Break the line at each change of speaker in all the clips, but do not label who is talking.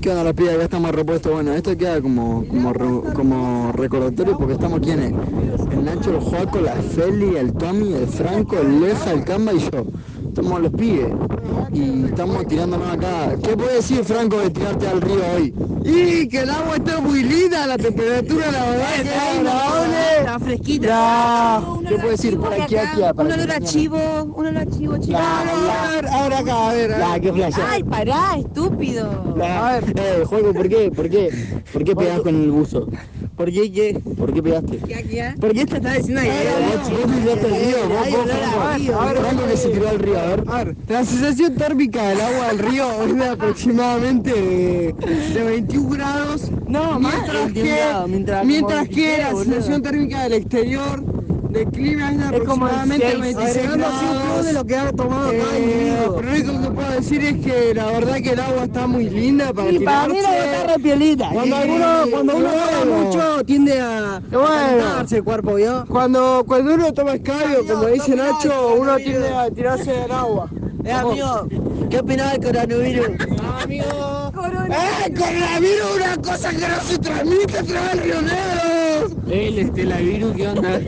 ¿Qué onda la pida? Ya estamos repuestos. Bueno, esto queda como, como, re- como recordatorio porque estamos quiénes. El Nacho, el Joaco, la Feli, el Tommy, el Franco, el Leja, el Camba y yo. Estamos los pibes. Y estamos tirándonos acá. ¿Qué puede decir Franco de tirarte al río hoy?
Y que el agua está muy linda, la temperatura, la verdad, está agradable.
Está fresquita.
Ah, ¿Qué puede decir?
Porque
¿Para qué
acá,
aquí?
Un
¿Para
olor a chivo, un olor a chivo, chico.
Ah, no, a ver, ahora acá, a ver. a ver.
Ah, qué flash.
Ay, pará, estúpido.
A ver, eh, juego, ¿por qué? ¿Por qué? ¿Por qué pegás con el buzo?
¿Por qué qué?
¿Por qué pegaste?
Ya, ya.
¿Por qué te este está diciendo
Eh, Vos vos tiraste al río, vos,
Ay,
vos,
olor a río.
Franco. A ver, Franco que se tiró al río, a ver.
A ver, la sensación térmica del agua del río es de aproximadamente de, de 21 grados. No, mientras
21
que,
grados, mientras
mientras
como
que
dijera,
la
boludo.
sensación térmica del exterior del clima es de aproximadamente 26 grados.
de lo que ha tomado cada
Eh,
individuo.
lo único que puedo decir es que la verdad que el agua está muy linda para
Y para mí la
tirarse.
guitarra es pielita. Cuando
Y-
alguno,
eh,
cuando uno toma
bueno.
mucho, tiende a
Bueno.
calentarse el cuerpo, ¿vio?
Cuando, cuando uno toma escabio, como dice Nacho, uno tiende a tirarse del agua.
Eh, amigo, ¿qué opinás del coronavirus?
¡Eh, coronavirus! ¡Una cosa que no se transmite a través del río Negro!
El estelavirus, ¿qué onda?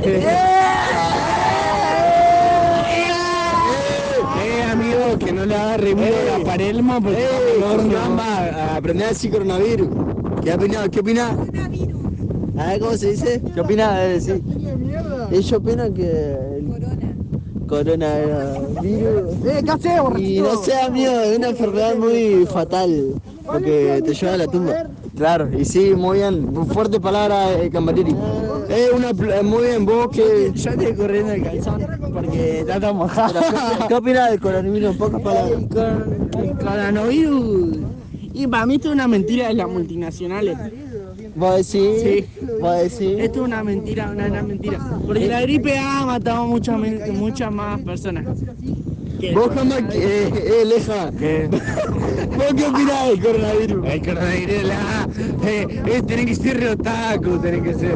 Eh, amigo, que no le agarre mucho
Eh.
la parelma porque
¡Ey,
no, no.
caramba! Aprendí a decir coronavirus. ¿Qué opinás? ¿Qué opinás?
A ver cómo se dice.
¿Qué opinás? Eh, sí.
Ellos opinan que el
Corona.
coronavirus.
¡Eh, qué hacemos,
Y no sé, amigo, es una enfermedad muy fatal. Porque te lleva a la tumba.
Claro, y sí, muy bien. Fuerte palabra, eh, Cambatiri.
Ah.
Eh, una, pl- eh, muy bien, vos que...
Yo estoy corriendo el calzón porque está tan mojado. ¿Qué opinás del coronavirus? En pocas palabras.
El coronavirus. Y para mí esto es una mentira de las multinacionales.
¿Vos decís? ¿Vos decís?
Esto es una mentira, una gran mentira. Porque la gripe ha matado muchas men- muchas más personas.
Vos, Jamba, eh, eh, Leja. ¿Vos qué opinás del coronavirus?
El coronavirus la, eh, eh, tienen que ser otaku, tienen que ser.